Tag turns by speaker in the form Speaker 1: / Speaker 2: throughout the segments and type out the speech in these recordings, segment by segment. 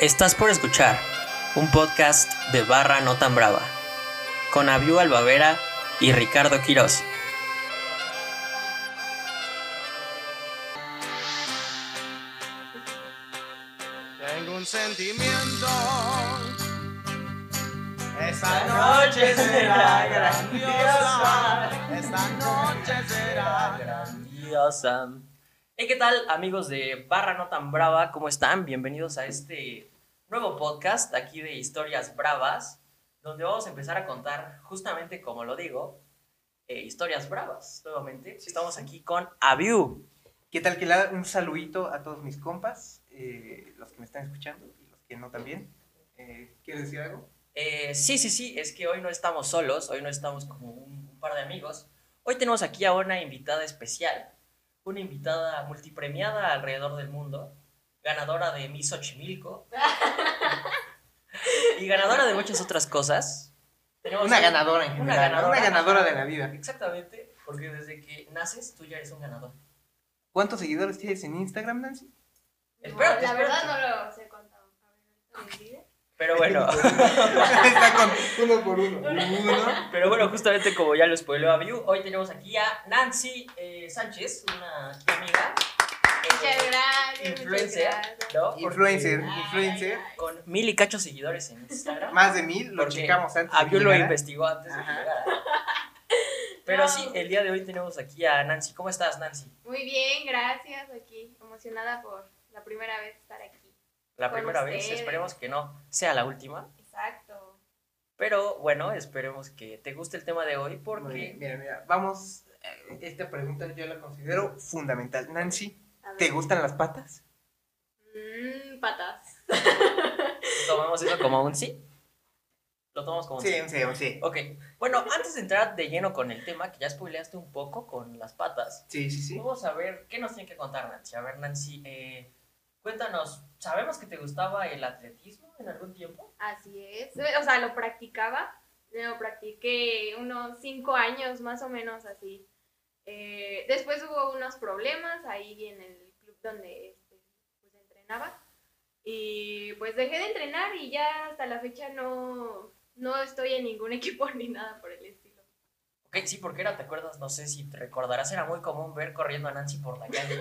Speaker 1: Estás por escuchar un podcast de Barra No Tan Brava con Abiú Albavera y Ricardo Quirós.
Speaker 2: Tengo un sentimiento. Esta noche será grandiosa. Esta noche será
Speaker 1: Grandiosa. Hey, ¿qué tal amigos de Barra No Tan Brava? ¿Cómo están? Bienvenidos a este nuevo podcast aquí de Historias Bravas, donde vamos a empezar a contar, justamente como lo digo, eh, historias bravas, nuevamente. Estamos aquí con Abiu.
Speaker 3: ¿Qué tal? que la- Un saludito a todos mis compas, eh, los que me están escuchando y los que no también. Eh, ¿Quieres decir algo?
Speaker 1: Eh, sí, sí, sí, es que hoy no estamos solos, hoy no estamos como un, un par de amigos. Hoy tenemos aquí a una invitada especial, una invitada multipremiada alrededor del mundo, ganadora de Miss Xochimilco y ganadora de muchas otras cosas. Tenemos
Speaker 3: Una
Speaker 1: un-
Speaker 3: ganadora en
Speaker 1: una
Speaker 3: general,
Speaker 1: ganadora,
Speaker 3: ¿no? una ganadora
Speaker 1: ajá.
Speaker 3: de la vida.
Speaker 1: Exactamente, porque desde que naces tú ya eres un ganador.
Speaker 3: ¿Cuántos seguidores tienes en Instagram, Nancy?
Speaker 4: No,
Speaker 1: Espérate,
Speaker 4: la verdad
Speaker 1: espérate.
Speaker 4: no lo sé contado. A ver, ahorita me olvidé.
Speaker 1: Pero bueno,
Speaker 3: Está con uno por uno. Uno.
Speaker 1: pero bueno, justamente como ya lo spoileó a View, hoy tenemos aquí a Nancy eh, Sánchez, una amiga. eh,
Speaker 4: Muchas gracias.
Speaker 1: influencer,
Speaker 4: muchas gracias.
Speaker 1: ¿no? Porque
Speaker 3: Influencer,
Speaker 4: Ay,
Speaker 3: influencer.
Speaker 4: ay, ay.
Speaker 1: Con mil y cacho seguidores en Instagram.
Speaker 3: Más de mil, Ah, lo
Speaker 1: Porque
Speaker 3: checamos antes. de
Speaker 1: Avión
Speaker 3: que
Speaker 1: lo
Speaker 3: llegara.
Speaker 1: investigó antes de que
Speaker 3: Ajá.
Speaker 1: llegara. Pero
Speaker 4: No.
Speaker 1: sí, el día de hoy tenemos aquí a Nancy. ¿Cómo estás, Nancy?
Speaker 4: Muy bien, gracias. Aquí, emocionada por la primera vez estar aquí.
Speaker 1: La
Speaker 4: Con
Speaker 1: primera vez,
Speaker 4: ustedes.
Speaker 1: esperemos que no sea la última.
Speaker 4: Exacto.
Speaker 1: Pero bueno, esperemos que te guste el tema de hoy
Speaker 3: Muy bien,
Speaker 1: porque...
Speaker 3: Mira, mira, vamos. eh, Esta pregunta yo la considero fundamental. Nancy,
Speaker 4: A ver.
Speaker 3: ¿te gustan las patas?
Speaker 4: Mm, patas.
Speaker 1: Tomamos eso como un sí. Lo tomamos como un sí.
Speaker 3: Sí, sí, sí.
Speaker 1: Ok, bueno, antes de entrar de lleno con el tema, que ya spoileaste un poco con las patas,
Speaker 3: Sí, sí, sí.
Speaker 1: Vamos a ver qué nos tiene que contar Nancy. A ver, Nancy, eh, cuéntanos, ¿sabemos que te gustaba el atletismo en algún tiempo?
Speaker 4: Así es. O sea, lo practicaba. Lo practiqué unos cinco años, más o menos así. Eh, después hubo unos problemas ahí en el club donde este, pues, entrenaba. Y pues dejé de entrenar y ya hasta la fecha no, no estoy en ningún equipo ni nada por el estilo.
Speaker 1: Ok, sí, porque era, ¿te acuerdas? No sé si te recordarás, era muy común ver corriendo a Nancy por la calle.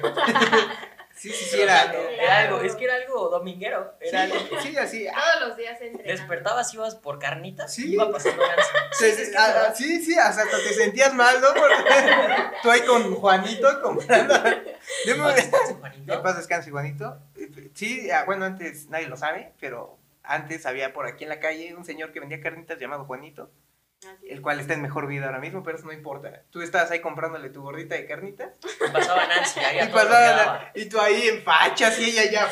Speaker 3: Sí, sí, sí, era.
Speaker 1: Pero
Speaker 4: eh,
Speaker 1: era algo, es que era algo dominguero. Era algo que
Speaker 3: Sí, así. ah,
Speaker 4: Todos los días entrenaba.
Speaker 1: despertabas, ibas por carnitas,
Speaker 3: Sí.
Speaker 1: iba pasando Nancy.
Speaker 3: Se-
Speaker 1: Sí, es que
Speaker 3: ah,
Speaker 1: era-
Speaker 3: ah, sí, sí, hasta, hasta te sentías mal, ¿no? Porque tú ahí con Juanito comprando. Yo me...
Speaker 1: Ibas
Speaker 3: En
Speaker 1: despacio, Juanito.
Speaker 3: paz descanse, Juanito. Sí, ah, bueno, antes nadie lo sabe, pero antes había por aquí en la calle un señor que vendía carnitas llamado Juanito,
Speaker 4: Así es.
Speaker 3: el cual está en mejor vida ahora mismo, pero eso no importa. Tú estabas ahí comprándole tu gordita de carnitas
Speaker 1: Y pasaba Nancy, ahí
Speaker 3: y,
Speaker 1: a todo lo que
Speaker 3: pasaba la-
Speaker 1: daba.
Speaker 3: y tú ahí en fachas y ella ya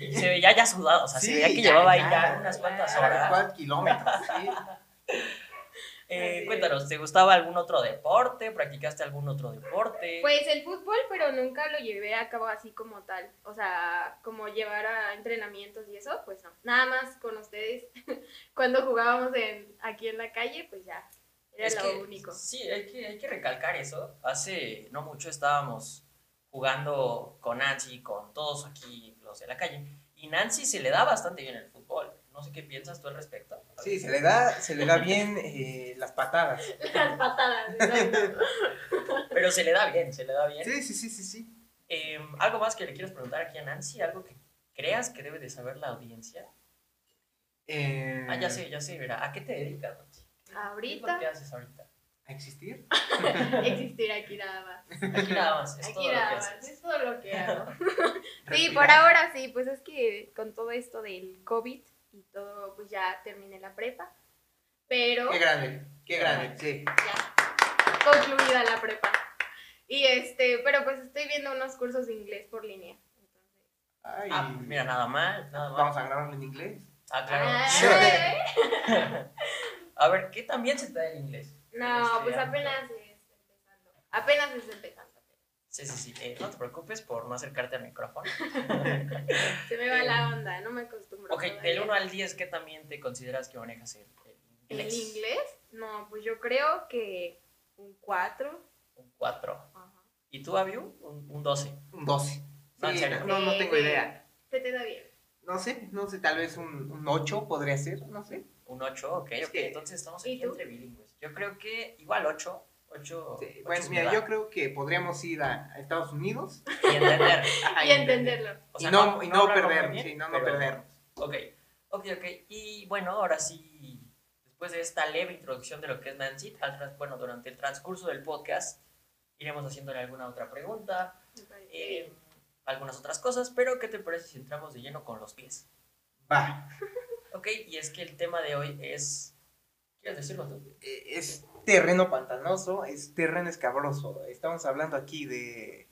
Speaker 1: Y Se veía ya sudado, o sea, se
Speaker 3: Sí,
Speaker 1: veía que
Speaker 3: ya,
Speaker 1: llevaba ahí
Speaker 3: ya,
Speaker 1: ya unas cuantas
Speaker 4: ya.
Speaker 1: horas.
Speaker 3: cuatro kilómetros. sí.
Speaker 1: Eh,
Speaker 4: Así
Speaker 1: cuéntanos, ¿te gustaba algún otro deporte? ¿Practicaste algún otro deporte?
Speaker 4: Pues el fútbol, pero nunca lo llevé a cabo así como tal. O sea, como llevar a entrenamientos y eso, pues no. Nada más con ustedes. Cuando jugábamos en, aquí en la calle, pues ya. Era
Speaker 1: Es
Speaker 4: lo
Speaker 1: que,
Speaker 4: único.
Speaker 1: Sí, hay que, hay que recalcar eso. Hace no mucho estábamos jugando con Nancy, con todos aquí, los de la calle, y Nancy se le da bastante bien el fútbol. No sé qué piensas tú al respecto.
Speaker 3: Sí, se le da, se le da bien eh, las patadas.
Speaker 4: Las patadas. exacto.
Speaker 1: Pero se le da bien, se le da bien.
Speaker 3: Sí, sí, sí, sí, sí.
Speaker 1: Eh, ¿Algo más que le quieras preguntar aquí a Nancy? ¿Algo que creas que debe de saber la audiencia?
Speaker 3: Eh,
Speaker 1: Ah, ya sé, ya sé, verá. ¿A qué te dedicas, Nancy?
Speaker 4: Ahorita
Speaker 1: ¿Qué haces ahorita?
Speaker 3: ¿A existir?
Speaker 4: existir aquí nada más.
Speaker 1: Aquí nada más, es todo
Speaker 4: Aquí
Speaker 1: lo que
Speaker 4: nada más.
Speaker 1: haces.
Speaker 4: Es todo lo que hago. Sí,
Speaker 3: Respirar.
Speaker 4: por ahora sí. Pues es que con todo esto del COVID y todo, pues ya terminé la prepa. Pero.
Speaker 3: Qué grande, qué grande, sí.
Speaker 4: ya concluida la prepa. Y este, pero pues estoy viendo unos cursos de inglés por línea. Entonces,
Speaker 3: Ay,
Speaker 1: Ah, pues mira, nada mal, nada mal.
Speaker 3: Vamos a grabarlo en inglés.
Speaker 1: Ah, claro.
Speaker 4: ¡Ay!
Speaker 1: A ver, ¿qué también se te da el inglés?
Speaker 4: No, pues
Speaker 1: Este,
Speaker 4: apenas es empezando. Apenas es empezando.
Speaker 1: Sí, sí, sí. Eh, no te preocupes por no acercarte al micrófono.
Speaker 4: Se me va la onda, no me acostumbro.
Speaker 1: ok, del
Speaker 4: todavía.
Speaker 1: 1 al 10, ¿qué también te consideras que manejas el, el
Speaker 4: ¿El
Speaker 1: inglés?
Speaker 4: inglés? No, pues yo creo que un 4.
Speaker 1: Un 4. ¿Y tú, Aviu? Un, un 12.
Speaker 3: Un 12.
Speaker 1: No, en
Speaker 3: Sí,
Speaker 1: serio.
Speaker 3: no, no tengo idea.
Speaker 4: Se te da bien.
Speaker 3: no sé, no sé, tal vez un, un 8 podría ser, no sé.
Speaker 1: Un 8, ok, ok.
Speaker 3: Sí.
Speaker 1: Entonces estamos
Speaker 4: ¿Y
Speaker 1: aquí
Speaker 4: tú?
Speaker 1: entre bilingües. Yo creo que igual 8. 8.
Speaker 3: Sí, bueno,
Speaker 1: pues,
Speaker 3: mira, yo creo que podríamos ir a, a Estados Unidos
Speaker 1: Y entender.
Speaker 3: Ajá,
Speaker 4: y entenderlo.
Speaker 1: O
Speaker 3: Y
Speaker 1: sea,
Speaker 3: no, y no,
Speaker 1: hablarlo muy
Speaker 3: perdernos,
Speaker 1: bien,
Speaker 3: sí, no, no
Speaker 1: pero-
Speaker 3: perdernos.
Speaker 1: Ok, ok, ok. Y bueno, ahora sí, después de esta leve introducción de lo que es Nancy, al trans- bueno, durante el transcurso del podcast iremos haciéndole alguna otra pregunta,
Speaker 4: me parece
Speaker 1: eh,
Speaker 4: bien.
Speaker 1: algunas otras cosas, pero ¿qué te parece si entramos de lleno con los pies?
Speaker 3: Va,
Speaker 1: Ok, y es que el tema de hoy es... ¿Quieres decirlo tú?
Speaker 3: eh, es terreno pantanoso, es terreno escabroso. Estamos hablando aquí de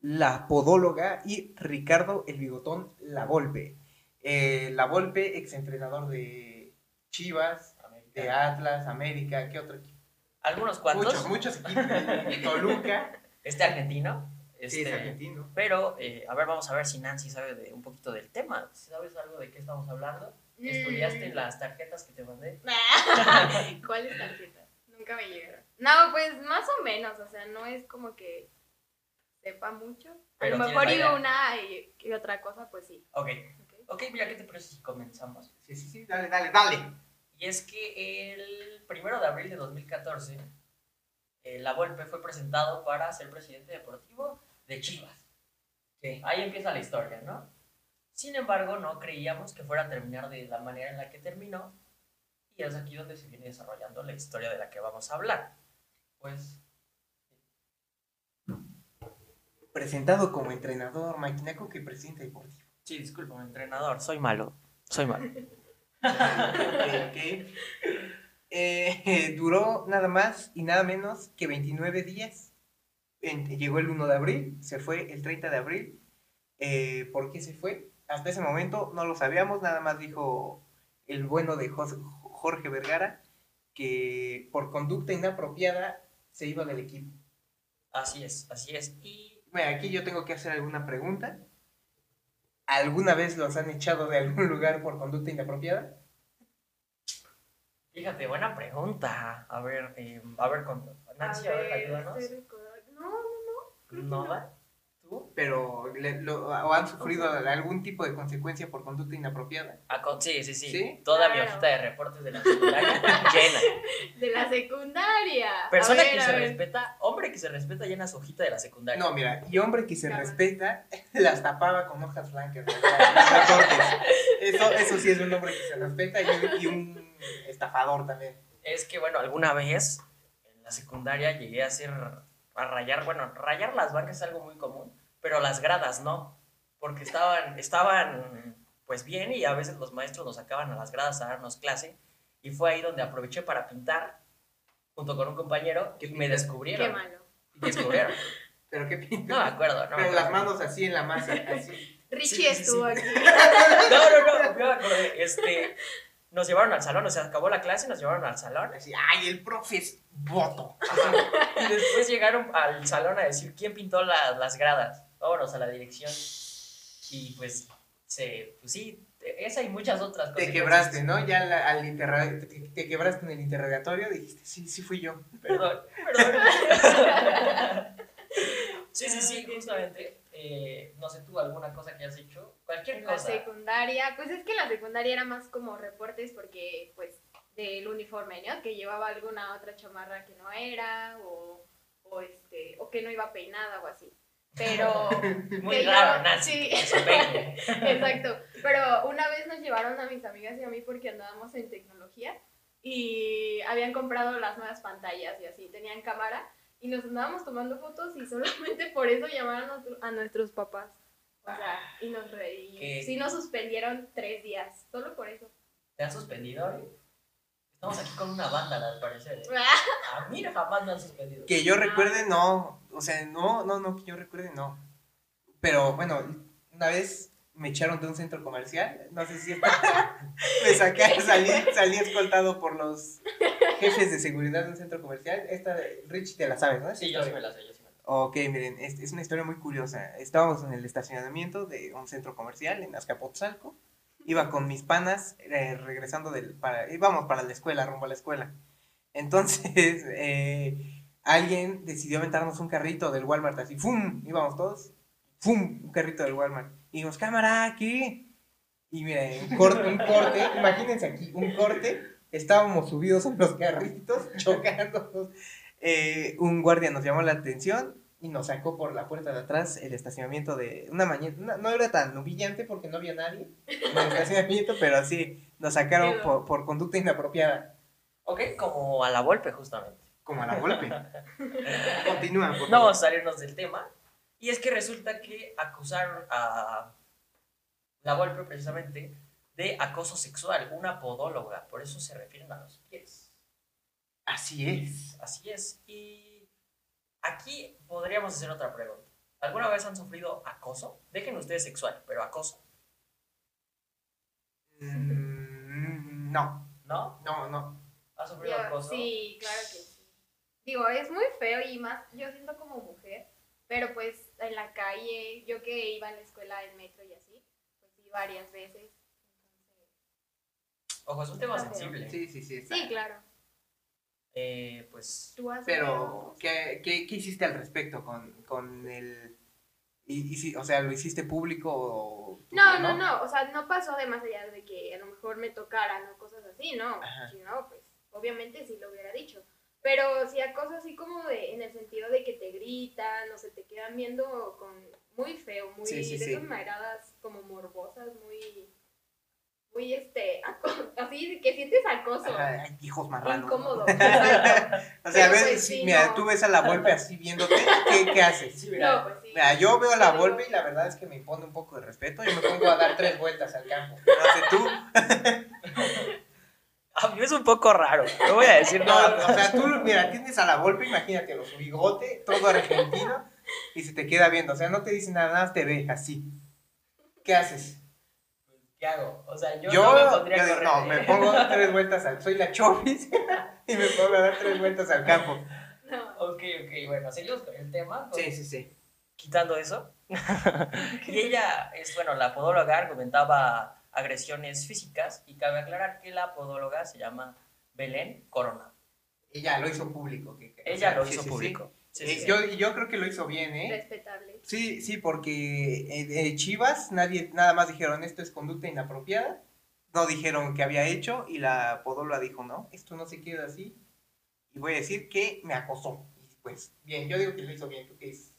Speaker 3: la podóloga y Ricardo el bigotón La Volpe. Eh, la Volpe, exentrenador de Chivas, de Atlas, América, ¿qué otro equipo?
Speaker 1: Algunos cuantos.
Speaker 3: Muchos, muchos equipos. de Toluca,
Speaker 1: Este argentino.
Speaker 3: sí,
Speaker 1: Este,
Speaker 3: es argentino.
Speaker 1: Pero, eh, a ver, vamos a ver si Nancy sabe de, un poquito del tema. ¿Sabes algo de qué estamos hablando? ¿Estudiaste
Speaker 4: Mm.
Speaker 1: las tarjetas que te mandé?
Speaker 4: ¿Cuáles tarjetas? Nunca me llegaron. No, pues más o menos, o sea, no es como que sepa mucho. A
Speaker 1: Pero
Speaker 4: lo
Speaker 1: tienes
Speaker 4: mejor
Speaker 1: la
Speaker 4: digo
Speaker 1: idea.
Speaker 4: una y, y otra cosa, pues sí.
Speaker 1: Ok,
Speaker 4: ¿ok?
Speaker 1: Ok, mira, ¿qué te parece si comenzamos?
Speaker 3: Sí, sí, sí, dale, dale, dale.
Speaker 1: Y es que el primero de abril de 2014, eh, la Volpe fue presentado para ser presidente deportivo de Chivas.
Speaker 3: Sí.
Speaker 1: Ahí empieza la historia, ¿no? Sin embargo, no creíamos que fuera a terminar de la manera en la que terminó. Y es aquí donde se viene desarrollando la historia de la que vamos a hablar. Pues,
Speaker 3: Presentado como entrenador, maquinaco que presidente deportivo.
Speaker 1: sí, disculpa, entrenador, soy malo. Soy malo.
Speaker 3: Ok, ok. Eh, duró nada más y nada menos que 29 días. En- llegó el 1 de abril, se fue el 30 de abril. Eh, ¿Por qué se fue? Hasta ese momento no lo sabíamos, nada más dijo el bueno de Jos- Jorge Vergara que por conducta inapropiada se iba del equipo.
Speaker 1: Así es, así es. Y
Speaker 3: Bueno, aquí yo tengo que hacer alguna pregunta. ¿Alguna vez los han echado de algún lugar por conducta inapropiada?
Speaker 1: fíjate, buena pregunta. A ver, eh, a ver, con Nancy, a ver, ayúdanos.
Speaker 4: estoy recordando- No, no, no. creo que
Speaker 1: ¿No va? ¿Tú?
Speaker 3: pero le- lo- o han sufrido algún tipo de consecuencia por conducta inapropiada.
Speaker 1: Ah, con- sí, sí, sí,
Speaker 3: ¿Sí?
Speaker 1: Toda mi
Speaker 4: Claro.
Speaker 1: hojita de reportes de la secundaria llena.
Speaker 4: De la secundaria. A
Speaker 1: Persona
Speaker 4: ver,
Speaker 1: que
Speaker 4: a
Speaker 1: se
Speaker 4: ver.
Speaker 1: respeta, hombre que se respeta llena su hojita de la secundaria.
Speaker 3: No, mira, y hombre que se
Speaker 4: Claro.
Speaker 3: respeta, las tapaba con hojas blancas. ¿verdad? Los recortes. Eso, eso sí es un hombre que se respeta y un, y un estafador también.
Speaker 1: Es que, bueno, alguna vez en la secundaria llegué a hacer, a rayar, bueno, rayar las bancas es algo muy común, pero las gradas no, porque estaban, estaban pues bien y a veces los maestros nos sacaban a las gradas a darnos clase y fue ahí donde aproveché para pintar junto con un compañero
Speaker 3: ¿Qué
Speaker 1: y me
Speaker 3: pintas?
Speaker 4: Qué
Speaker 1: descubrieron.
Speaker 4: malo.
Speaker 1: Y descubrieron.
Speaker 3: Pero qué pinta.
Speaker 1: No me acuerdo, no. me
Speaker 3: pero
Speaker 1: acuerdo.
Speaker 3: las manos así en la masa, así.
Speaker 4: Richie
Speaker 1: sí, sí.
Speaker 4: estuvo aquí.
Speaker 1: No, no, no, yo me acordé, este, nos llevaron al salón, o sea, acabó la clase y nos llevaron al salón.
Speaker 3: así, Ay, el profe es voto.
Speaker 1: Y después llegaron al salón a decir quién pintó la- las gradas. Vámonos a la dirección. Y pues, se, pues sí, esa y muchas otras cosas.
Speaker 3: Te quebraste, ¿no? Ya la- al interra- te, te quebraste en el interrogatorio, dijiste, sí, sí fui yo.
Speaker 1: Perdón, perdón. sí,
Speaker 4: Ah,
Speaker 1: sí, sí, justamente. Eh, no sé tú, alguna cosa que has hecho. Cualquier
Speaker 4: En la
Speaker 1: cosa.
Speaker 4: secundaria, pues es que la secundaria era más como reportes porque, pues, del uniforme, ¿no? Que llevaba alguna otra chamarra que no era o, o este, o que no iba peinada o así. Pero,
Speaker 1: Muy
Speaker 4: que
Speaker 1: raro,
Speaker 4: yo-
Speaker 1: Nancy.
Speaker 4: sí.
Speaker 1: que se peine.
Speaker 4: exacto. Pero una vez nos llevaron a mis amigas y a mí porque andábamos en tecnología y habían comprado las nuevas pantallas y así, tenían cámara y nos andábamos tomando fotos y solamente por eso llamaron a, tu- a nuestros papás. O sea, y nos
Speaker 1: ¿Qué?
Speaker 4: reímos. Sí, nos suspendieron tres días, solo por eso.
Speaker 1: ¿Te han suspendido? Ari? Estamos aquí con una banda, al parecer. ¿eh?
Speaker 4: Ah,
Speaker 1: A mí jamás me han suspendido.
Speaker 3: Que yo recuerde, no. O sea, no, no, no, que yo recuerde, no. Pero bueno, una vez me echaron de un centro comercial, no sé si me sacaron, salí, salí escoltado por los jefes de seguridad de un centro comercial. Esta, de- Rich, te la sabes, ¿no?
Speaker 1: Sí, yo sí me la sé, yo sí me la sé.
Speaker 3: Ok, miren, es, es una historia muy curiosa. Estábamos en el estacionamiento de un centro comercial en Azcapotzalco. Iba con mis panas eh, regresando del... Para, íbamos para la escuela, rumbo a la escuela. Entonces, eh, alguien decidió aventarnos un carrito del Walmart así. ¡Fum! Íbamos todos. ¡Fum! Un carrito del Walmart. Y dijimos, cámara, ¿qué? Y miren, un corte, un corte, imagínense aquí, un corte, estábamos subidos en los carritos, chocándonos. Eh, un guardia nos llamó la atención y nos sacó por la puerta de atrás el estacionamiento de una mañana. No, no era tan humillante porque no había nadie en el estacionamiento, pero sí, nos sacaron
Speaker 4: Miedo.
Speaker 3: por, por conducta inapropiada.
Speaker 1: Ok, como a la golpe justamente.
Speaker 3: Como a la golpe. Continúa, por
Speaker 1: No
Speaker 3: favor.
Speaker 1: vamos a salirnos del tema. Y es que resulta que acusaron a la golpe precisamente de acoso sexual, una podóloga, por eso se refieren a los pies.
Speaker 3: Así es.
Speaker 1: Así es. Y aquí podríamos hacer otra pregunta. ¿Alguna vez han sufrido acoso? Dejen ustedes sexual, pero acoso,
Speaker 3: Mm, no,
Speaker 1: ¿no?
Speaker 3: no, no.
Speaker 1: ¿Has sufrido
Speaker 4: Yo-
Speaker 1: acoso?
Speaker 4: Sí, claro que sí. Digo, es muy feo y más, yo siento como mujer, pero pues en la calle, yo que iba a la escuela en metro y así, pues sí, varias veces.
Speaker 1: Ojo, es un tema
Speaker 4: Ah, pero-
Speaker 1: sensible.
Speaker 3: Sí, sí, sí. está.
Speaker 4: Sí, claro.
Speaker 1: Eh, pues
Speaker 4: Tú has
Speaker 3: Pero, ¿qué, qué, qué hiciste al respecto con, con el... Y, y si- o sea, ¿lo hiciste público o...?
Speaker 4: No, no, no, o sea, no pasó de más allá de que a lo mejor me tocaran o cosas así, ¿no?
Speaker 3: Ajá.
Speaker 4: Si no, pues obviamente sí lo hubiera dicho. Pero sí a cosas así como de, en el sentido de que te gritan o se te quedan viendo con muy feo, muy
Speaker 3: Sí, sí,
Speaker 4: de
Speaker 3: sí.
Speaker 4: esas miradas como morbosas, muy, muy este, aco- así que sientes acoso,
Speaker 3: Ajá, ay, hijos marranos.
Speaker 4: incómodo.
Speaker 3: O sea,
Speaker 4: Pero
Speaker 3: ves,
Speaker 4: pues
Speaker 3: si-
Speaker 4: sí,
Speaker 3: mira,
Speaker 4: no.
Speaker 3: tú ves a la golpe así viéndote, ¿qué, qué haces?
Speaker 1: sí,
Speaker 4: no, pues sí.
Speaker 3: Mira, yo veo a la
Speaker 4: Pero-
Speaker 3: golpe y la verdad es que me impone un poco de respeto. Yo me pongo a dar tres vueltas al campo. No sé tú.
Speaker 1: A mí es un poco raro, no voy a decir
Speaker 3: No,
Speaker 1: nada.
Speaker 3: o sea, tú, mira, tienes a la golpe, imagínate, los bigote, todo argentino, y se te queda viendo. O sea, no te dice nada, nada más te ve así. ¿Qué haces?
Speaker 1: ¿Qué hago? O sea, yo,
Speaker 3: Yo,
Speaker 1: no me pondría
Speaker 3: yo
Speaker 1: a
Speaker 3: digo,
Speaker 1: correr.
Speaker 3: no, me pongo tres vueltas al. Soy la chovis y me pongo a dar tres vueltas al campo.
Speaker 4: No.
Speaker 1: Ok, ok, bueno, seguimos con el tema. con-
Speaker 3: sí, sí.
Speaker 1: Quitando eso. y ella es, bueno, la podóloga argumentaba agresiones físicas y cabe aclarar que la podóloga se llama Belén Corona.
Speaker 3: Ella lo hizo público. que- que- o
Speaker 1: Ella
Speaker 3: sea,
Speaker 1: lo
Speaker 3: sí,
Speaker 1: hizo
Speaker 3: sí, sí.
Speaker 1: público. Sí,
Speaker 3: Eh,
Speaker 1: sí, sí.
Speaker 3: Yo, yo creo que lo hizo bien, ¿eh?
Speaker 4: Respetable.
Speaker 3: Sí, sí, porque eh, de Chivas nadie nada más dijeron esto es conducta inapropiada, no dijeron que había hecho y la podóloga dijo no, esto no se queda así y voy a decir que me acosó. Y pues bien, yo digo que lo hizo bien, ¿tú qué dices?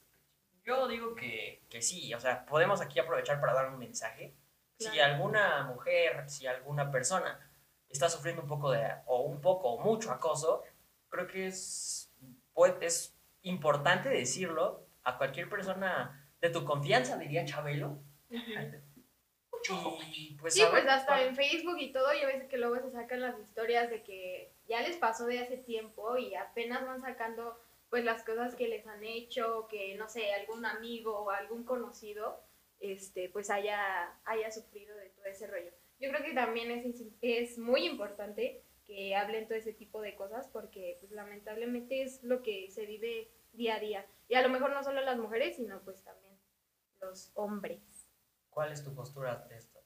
Speaker 1: Yo digo que, que sí, o sea, podemos aquí aprovechar para dar un mensaje. Si
Speaker 4: Claro.
Speaker 1: alguna mujer, si alguna persona está sufriendo un poco de, o un poco, o mucho acoso, creo que es, pue- es importante decirlo a cualquier persona de tu confianza, diría Chabelo. Y pues,
Speaker 4: Sí,
Speaker 1: a
Speaker 4: pues
Speaker 1: ver,
Speaker 4: hasta
Speaker 1: ¿cuál-
Speaker 4: en Facebook y todo, yo veces que luego se sacan las historias de que ya les pasó de hace tiempo y apenas van sacando pues las cosas que les han hecho, que no sé, algún amigo o algún conocido este pues haya haya sufrido de todo ese rollo. Yo creo que también es, ins- es muy importante que hablen todo ese tipo de cosas porque pues lamentablemente es lo que se vive día a día y a lo mejor no solo las mujeres, sino pues también los hombres.
Speaker 1: ¿Cuál es tu postura ante esto?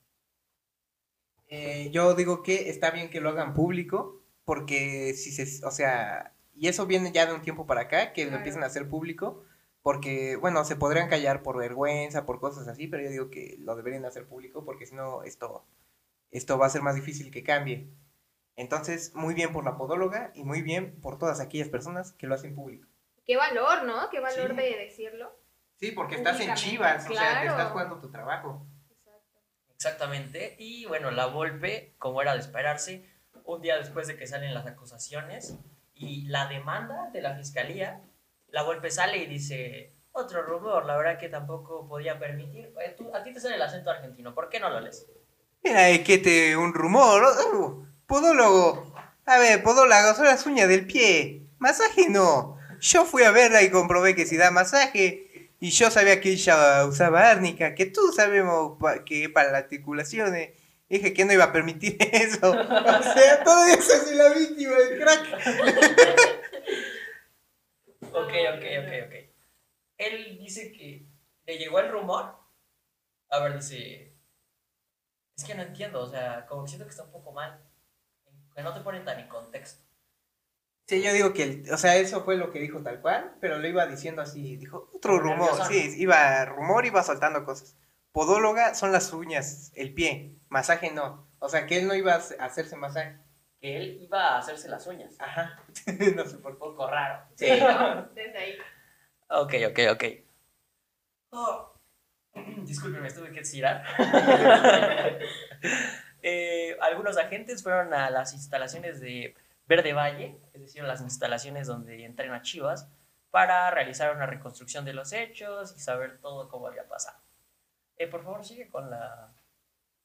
Speaker 3: Eh, yo digo que está bien que lo hagan público, porque si se, o sea, y eso viene ya de un tiempo para acá, que lo
Speaker 4: Claro.
Speaker 3: empiezan a hacer público, porque, bueno, se podrían callar por vergüenza, por cosas así, pero yo digo que lo deberían hacer público, porque si no, esto, esto va a ser más difícil que cambie. Entonces, muy bien por la podóloga y muy bien por todas aquellas personas que lo hacen público.
Speaker 4: Qué valor, ¿no? Qué valor
Speaker 3: Sí.
Speaker 4: de decirlo.
Speaker 3: Sí, porque
Speaker 4: estás en Públicamente, Chivas, o sea, te estás claro. jugando
Speaker 3: tu trabajo.
Speaker 1: Exactamente. Y bueno, la Volpe, como era de esperarse, un día después de que salen las acusaciones y la demanda de la fiscalía, la Volpe sale y dice, otro rumor, la verdad que tampoco podía permitir. Eh, tú- a ti te sale el acento argentino, ¿por qué no lo lees?
Speaker 3: Mira, es que te un rumor. uh, podólogo. A ver, podólogo, son las uñas del pie. Masaje no. Yo fui a verla y comprobé que si da masaje. Y yo sabía que ella usaba árnica, que tú sabemos pa- que para las articulaciones. Dije que no iba a permitir eso. O sea, todo eso es la víctima del crack.
Speaker 1: Ok, ok, ok, ok. Él dice que le llegó el rumor. A ver, dice, es que no entiendo, o sea, como que siento que está un poco mal, que no te ponen tan en contexto.
Speaker 3: Sí, yo digo que, el- o sea, eso fue lo que dijo tal cual, pero lo iba diciendo así. Dijo, otro rumor. Sí, iba rumor, iba soltando cosas. Podóloga son las uñas, el pie, masaje no. O sea, que él no iba a hac- hacerse masaje.
Speaker 1: Que él iba a hacerse las uñas.
Speaker 3: Ajá. no sé por
Speaker 1: Un poco raro.
Speaker 3: Sí.
Speaker 4: ¿no? Desde ahí.
Speaker 1: Ok, ok, ok. Oh. Discúlpeme, tuve que estirar. Eh, algunos agentes fueron a las instalaciones de Verde Valle, es decir, las instalaciones donde entrena Chivas, para realizar una reconstrucción de los hechos y saber todo cómo había pasado. Eh, por favor, sigue con la,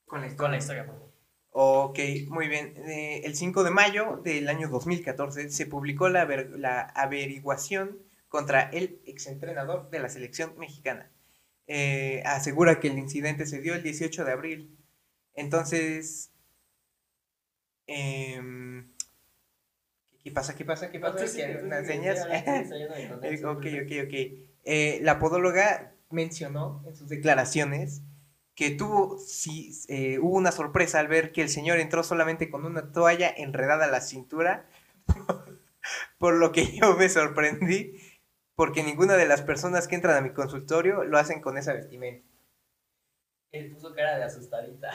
Speaker 3: Con la historia.
Speaker 1: con la historia. por favor.
Speaker 3: Ok, muy bien. Eh, el 5 de mayo del año 2014 se publicó la, aver- la averiguación contra el exentrenador de la selección mexicana. Eh, asegura que el incidente se dio el 18 de abril. Entonces... em, ¿Qué pasa? ¿Qué pasa? ¿Qué pasa? ¿Que me enseñas? Eh, Ok, ok, ok. Eh, la podóloga mencionó en sus declaraciones que tuvo, sí, eh, hubo una sorpresa al ver que el señor entró solamente con una toalla enredada a la cintura, por lo que yo me sorprendí, porque ninguna de las personas que entran a mi consultorio lo hacen con esa vestimenta.
Speaker 1: Él Eh, puso cara de asustadita.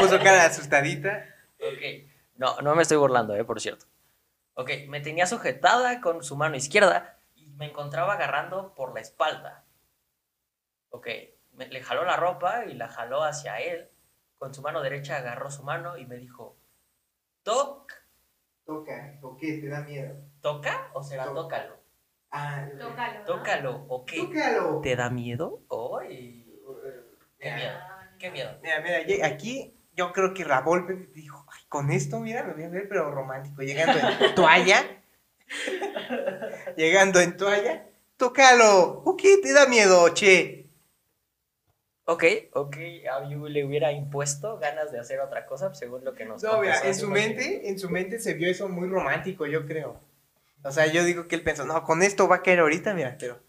Speaker 3: Puso cara asustadita.
Speaker 1: Ok. No, no me estoy burlando, eh, por cierto. Ok, me tenía sujetada con su mano izquierda y me encontraba agarrando por la espalda. Ok, me- le jaló la ropa y la jaló hacia él. Con su mano derecha agarró su mano y me dijo, ¿Toc?
Speaker 3: Toca, ¿o qué? ¿Te da miedo?
Speaker 1: ¿Toca? O será
Speaker 3: Toc.
Speaker 1: tócalo.
Speaker 3: Ah,
Speaker 4: Tócalo. ¿no?
Speaker 1: Tócalo, ok.
Speaker 3: tócalo. Eh,
Speaker 1: ¿Te da miedo? ¡Ay! ¡Qué miedo!
Speaker 4: Ah,
Speaker 1: ¡Qué miedo!
Speaker 3: Mira, mira, ye- aquí yo creo que Ravolpe dijo, "Ay, con esto, mira, me voy a ver, pero romántico, llegando en toalla, llegando en toalla, tócalo, ¿o qué te da miedo, che?
Speaker 1: Ok, ok, a mí le hubiera impuesto ganas de hacer otra cosa según lo que nos
Speaker 3: No, mira,
Speaker 1: confesó
Speaker 3: en
Speaker 1: hace
Speaker 3: su
Speaker 1: unos
Speaker 3: mente, en su mente se vio eso muy romántico, yo creo. O sea, yo digo que él pensó, no, con esto va a caer ahorita, mira, pero...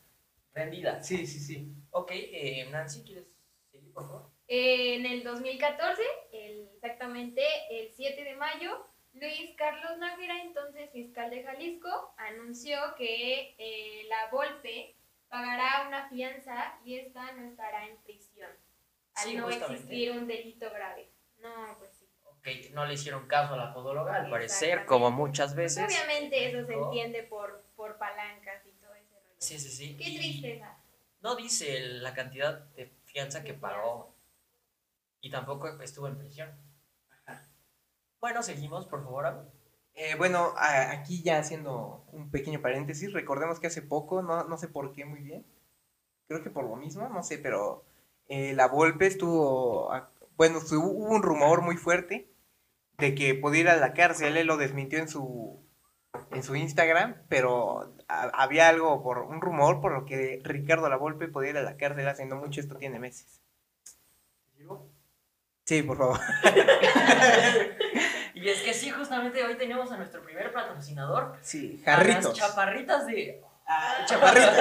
Speaker 1: Rendida.
Speaker 3: Sí, sí, sí.
Speaker 1: Ok, eh, Nancy, ¿quieres seguir, por favor?
Speaker 4: Eh, en el 2014, el- exactamente el 7 de mayo, Luis Carlos Nájera, entonces fiscal de Jalisco, anunció que eh, la Volpe pagará una fianza y esta no estará en prisión. Al
Speaker 1: Sí,
Speaker 4: no
Speaker 1: justamente.
Speaker 4: existir un delito grave. No, pues sí.
Speaker 1: Ok, no le hicieron caso a la podóloga, al parecer,
Speaker 4: Exactamente.
Speaker 1: como muchas
Speaker 4: Pues
Speaker 1: veces.
Speaker 4: obviamente eso se
Speaker 1: No.
Speaker 4: entiende por, por palancas y todo ese rollo.
Speaker 1: Sí, sí, sí.
Speaker 4: Qué
Speaker 1: Y
Speaker 4: tristeza.
Speaker 1: No dice el- la cantidad de fianza que
Speaker 4: De
Speaker 1: pagó. Y tampoco estuvo en prisión. Bueno, seguimos, por favor. Abby.
Speaker 3: Eh, bueno, a- aquí ya haciendo un pequeño paréntesis, recordemos que hace poco, no, no sé por qué muy bien, creo que por lo mismo, no sé, pero eh, la Volpe estuvo, a- bueno, su- hubo un rumor muy fuerte de que podía ir a la cárcel, él lo desmintió en su, en su Instagram, pero a- había algo, por un rumor por lo que Ricardo la Volpe podía ir a la cárcel haciendo mucho, esto tiene meses. Sí, por favor.
Speaker 1: Y es que sí, justamente hoy tenemos a nuestro primer patrocinador.
Speaker 3: Sí,
Speaker 1: a las
Speaker 3: jarritos.
Speaker 1: chaparritas de...
Speaker 3: Ah, chaparritos.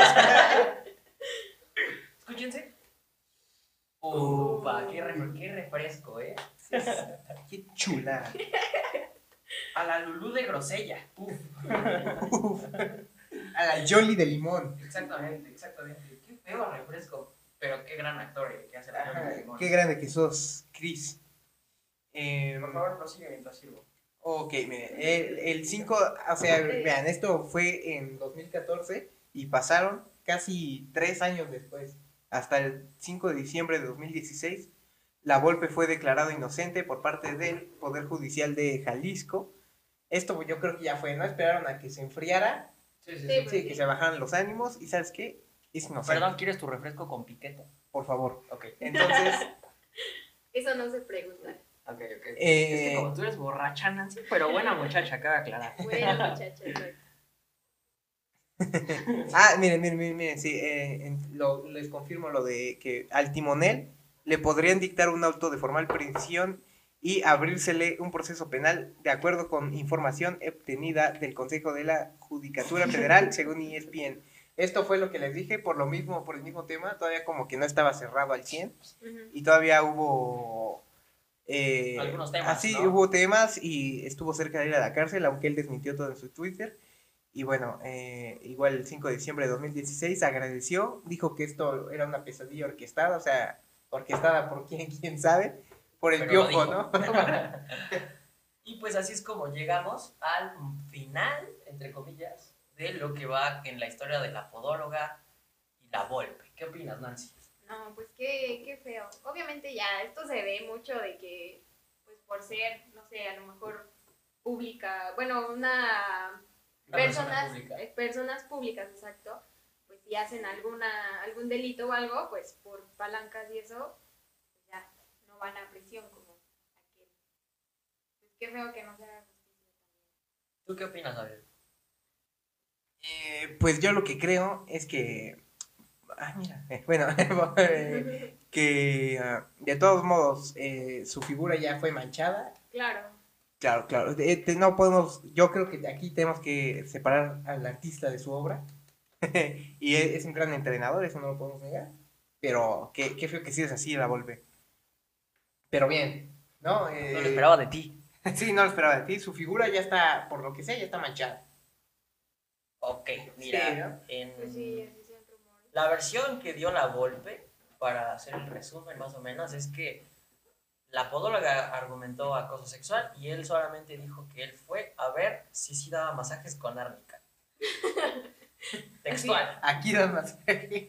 Speaker 1: Escúchense. Upa, qué, re- qué refresco, ¿eh?
Speaker 3: Qué chula.
Speaker 1: A la Lulú de Grosella. Uf.
Speaker 3: Uf. A la Jolly de limón.
Speaker 1: Exactamente, exactamente. Qué feo refresco. Pero qué gran actor el que hace la Lulú de Limón.
Speaker 3: Qué grande que sos, Chris. Eh,
Speaker 1: Por favor, prosigue mientras sirvo.
Speaker 3: ok, miren, el, el 5, o sea, vean, esto fue en 2014 y pasaron casi tres años después. Hasta el 5 de diciembre de 2016, la Volpe fue declarado inocente por parte del Poder Judicial de Jalisco. Esto yo creo que ya fue, ¿no? Esperaron a que se enfriara,
Speaker 1: Sí,
Speaker 4: sí.
Speaker 3: sí, que se bajaran los ánimos y ¿sabes qué? Es inocente,
Speaker 1: Perdón, ¿quieres tu refresco con piqueta?
Speaker 3: por favor.
Speaker 1: Ok.
Speaker 3: Entonces,
Speaker 4: Eso no se pregunta.
Speaker 1: Ok, ok.
Speaker 3: Eh,
Speaker 1: es que como tú eres borracha, Nancy, pero buena muchacha, cabe aclarar.
Speaker 4: Bueno, muchachos.
Speaker 3: Ah, miren, miren, miren, miren, sí, eh, en- lo- les confirmo lo de que al timonel le podrían dictar un auto de formal prisión y abrírsele un proceso penal de acuerdo con información obtenida del Consejo de la Judicatura Federal, según E ESPN. Esto fue lo que les dije, por lo mismo, por el mismo tema, todavía como que no estaba cerrado al 100
Speaker 4: Ujú.
Speaker 3: y todavía hubo... eh,
Speaker 1: Algunos temas,
Speaker 3: Así,
Speaker 1: ¿no?
Speaker 3: hubo temas y estuvo cerca de ir a la cárcel, aunque él desmintió todo en su Twitter. Y bueno, eh, igual el 5 de diciembre de 2016 agradeció, dijo que esto era una pesadilla orquestada, o sea, orquestada por quién, quién sabe, por el
Speaker 1: Pero lo
Speaker 3: piojo,
Speaker 1: dijo.
Speaker 3: ¿no?
Speaker 1: Y pues así es como llegamos al final, entre comillas, de lo que va en la historia de la podóloga y la Volpe. ¿Qué opinas, Nancy?
Speaker 4: No, pues qué, qué feo. Obviamente ya esto se ve mucho de que, pues por ser, no sé, a lo mejor pública, bueno, una
Speaker 1: Una persona
Speaker 4: personas
Speaker 1: pública.
Speaker 4: eh, personas públicas, exacto, pues si hacen alguna algún delito o algo, pues por palancas y eso pues, ya no van a prisión como aquel. Pues qué feo que no se haga justicia.
Speaker 1: ¿Tú qué opinas, Abel?
Speaker 3: Eh, pues yo lo que creo es que. Ah, mira. eh, bueno, eh, que ah, de todos modos eh, su figura ya fue manchada.
Speaker 4: Claro.
Speaker 3: Claro, claro. de- de- no podemos. Yo creo que aquí tenemos que separar al artista de su obra. y e- es, un gran entrenador, eso no lo podemos negar. Pero qué, qué feo que sí es así la Volpe. Pero bien, ¿no? Eh,
Speaker 1: No lo esperaba de ti.
Speaker 3: Sí, no lo esperaba de ti. Su figura ya está, por lo que sea, ya está manchada.
Speaker 1: Ok, mira,
Speaker 3: Sí, ¿no?
Speaker 1: en
Speaker 4: Pues sí, así son rumores.
Speaker 1: la versión que dio la Volpe, para hacer el resumen más o menos, es que la podóloga argumentó acoso sexual y él solamente dijo que él fue a ver si sí daba masajes con árnica. Textual.
Speaker 3: Aquí dan masajes.
Speaker 1: Aquí.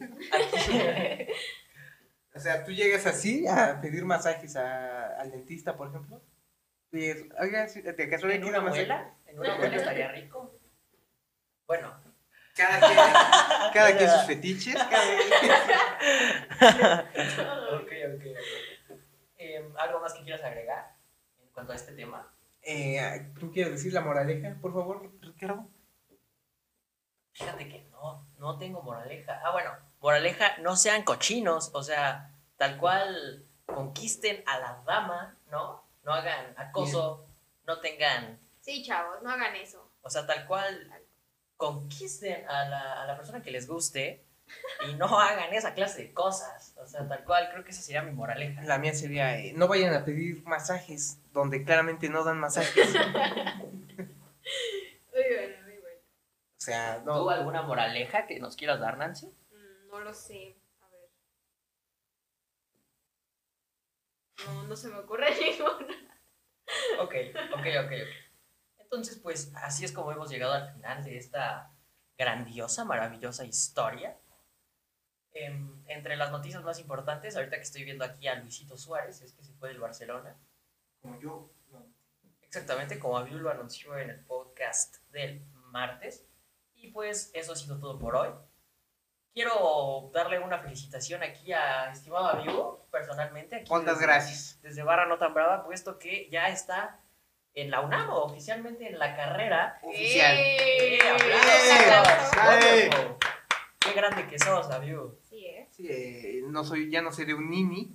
Speaker 3: O sea, tú llegas así a pedir masajes a- al dentista, por ejemplo. Y es, oiga, sí, de casualidad
Speaker 1: ¿En
Speaker 3: quiere
Speaker 1: una
Speaker 3: masaje.
Speaker 1: abuela? ¿En una abuela estaría rico? Bueno,
Speaker 3: Cada quien, cada quien sus fetiches. Cada quien.
Speaker 1: ok, ok. Em, ¿Algo más que quieras agregar en cuanto a este tema?
Speaker 3: Eh, ¿Tú quieres decir la moraleja, por favor, Ricardo?
Speaker 1: Fíjate que no, no tengo moraleja. Ah, bueno, moraleja, no sean cochinos, o sea, tal cual conquisten a la dama, ¿no? No hagan acoso, no tengan,
Speaker 4: Sí, chavos, no hagan eso.
Speaker 1: o sea, tal cual conquisten a la, a la persona que les guste y no hagan esa clase de cosas. O sea, tal cual, creo que esa sería mi moraleja.
Speaker 3: La mía sería, eh, no vayan a pedir masajes donde claramente no dan masajes.
Speaker 4: Muy bueno, muy bueno.
Speaker 3: O sea,
Speaker 1: ¿Tú
Speaker 3: no.
Speaker 1: alguna moraleja que nos quieras dar, Nancy?
Speaker 4: Mm, No lo sé. A ver. No, no se me ocurre ninguna.
Speaker 1: Ok, ok, ok, ok. Entonces, pues así es como hemos llegado al final de esta grandiosa, maravillosa historia. Em, entre las noticias más importantes, ahorita que estoy viendo aquí a Luisito Suárez, es que se fue del Barcelona.
Speaker 3: Como yo. no.
Speaker 1: Exactamente como Aviu lo anunció en el podcast del martes. Y pues eso ha sido todo por hoy. Quiero darle una felicitación aquí a estimado Aviu, personalmente. Aquí
Speaker 3: ¿Cuántas
Speaker 1: desde-
Speaker 3: gracias?
Speaker 1: desde Barra No Tan Brava, puesto que ya está en la UNAM, o oficialmente en la carrera.
Speaker 3: Oficial.
Speaker 4: ¡Eh!
Speaker 1: ¡Eh, aplausos!
Speaker 4: ¡Aplausos! eh.
Speaker 3: ¡Ay!
Speaker 1: ¡Wonderful! ¡Qué grande que sos, Aviu!
Speaker 4: Sí, ¿eh?
Speaker 3: Sí, eh, no soy, ya no seré un nini.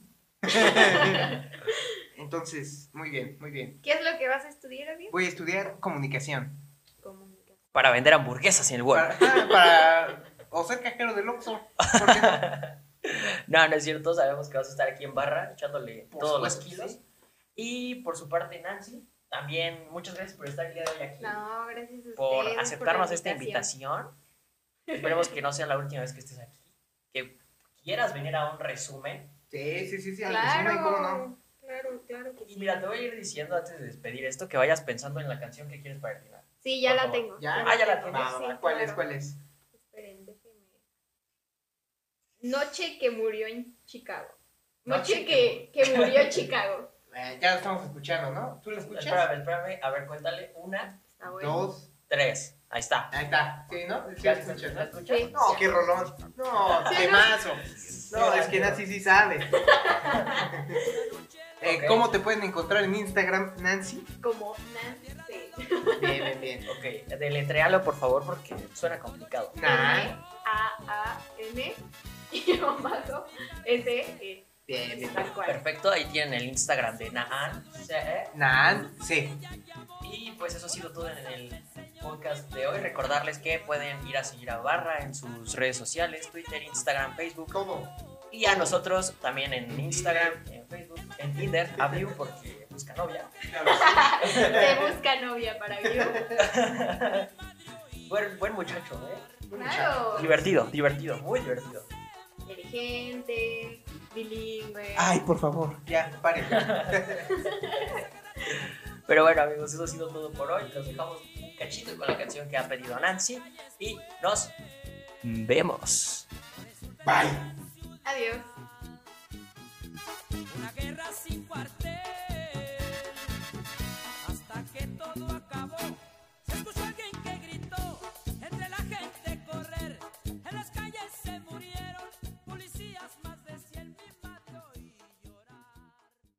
Speaker 3: Entonces, muy bien, muy bien.
Speaker 4: ¿Qué es lo que vas a estudiar, amigo?
Speaker 3: Voy a estudiar comunicación.
Speaker 4: Comunicación.
Speaker 1: Para vender hamburguesas en el Walmart.
Speaker 3: Para, para- o ser cajero del Oxxo. ¿por qué no?
Speaker 1: No, no es cierto, sabemos que vas a estar aquí en Barra echándole
Speaker 3: Por
Speaker 1: todos los
Speaker 3: supuesto,
Speaker 1: kilos.
Speaker 3: sí.
Speaker 1: Y por su parte, Nancy, también muchas gracias por estar el día de hoy aquí.
Speaker 4: No, gracias a
Speaker 1: por
Speaker 4: ustedes la
Speaker 1: aceptarnos esta invitación. Esperemos que no sea la última vez que estés aquí. Que quieras venir a un resumen
Speaker 3: Sí, sí, sí, sí. al resumen, ¿cómo no?
Speaker 4: Claro, claro, claro que
Speaker 1: Y
Speaker 4: sí.
Speaker 1: mira, te voy a ir diciendo antes de despedir esto que vayas pensando en la canción que quieres para el final.
Speaker 4: Sí, ya
Speaker 1: Por
Speaker 4: la
Speaker 1: favor.
Speaker 4: tengo.
Speaker 3: Ya.
Speaker 1: Ah, ya la
Speaker 4: tengo,
Speaker 1: tienes.
Speaker 3: Va, va,
Speaker 4: sí,
Speaker 3: va, ¿Cuál es?
Speaker 4: claro.
Speaker 3: ¿Cuál es?
Speaker 4: Esperen, déjenme. Noche que murió en Chicago.
Speaker 1: Noche
Speaker 4: Noche,
Speaker 1: que
Speaker 4: que, que murió en Chicago.
Speaker 3: Eh, ya lo estamos escuchando, ¿no? ¿Tú lo escuchas?
Speaker 1: Espérame, espérame. A ver, cuéntale. Una,
Speaker 4: Está bueno.
Speaker 3: Dos.
Speaker 1: tres. Ahí está.
Speaker 3: Ahí está. Sí, ¿no? Sí,
Speaker 1: ¿Ya
Speaker 3: lo escuchas,
Speaker 1: ¿La
Speaker 3: ¿no?
Speaker 1: escuchas?
Speaker 4: Sí.
Speaker 3: No, qué rolón. No,
Speaker 4: Sí, ¿no?
Speaker 3: temazo. No, es que Nancy sí sabe. Eh,
Speaker 1: Ok.
Speaker 3: ¿Cómo te pueden encontrar en Instagram, Nancy?
Speaker 4: Como Nancy.
Speaker 3: Bien, bien, bien.
Speaker 1: Ok, deletréalo por favor porque suena complicado.
Speaker 3: Nah,
Speaker 4: A-A-N y bajo S-E.
Speaker 3: bien, bien.
Speaker 4: Tal cual.
Speaker 1: Perfecto, ahí tienen el Instagram de Naan. CE.
Speaker 3: Nancy.
Speaker 1: Y pues eso ha sido todo en el podcast de hoy. Recordarles que pueden ir a seguir a Barra en sus redes sociales, Twitter, Instagram, Facebook.
Speaker 3: ¿Cómo?
Speaker 1: Y a nosotros también en Instagram, en Facebook, en Tinder, a View porque busca novia.
Speaker 4: Se busca novia para View.
Speaker 1: Buen, buen muchacho, ¿eh?
Speaker 4: Claro.
Speaker 1: Divertido, divertido, muy divertido.
Speaker 4: Inteligente. bilingüe.
Speaker 3: Ay, por favor, ya, pare.
Speaker 1: Pero bueno, amigos, eso ha sido todo por hoy. Los dejamos un cachito con la canción que ha pedido Nancy. Y nos vemos.
Speaker 3: Bye.
Speaker 4: Adiós.
Speaker 5: Una guerra sin cuartel.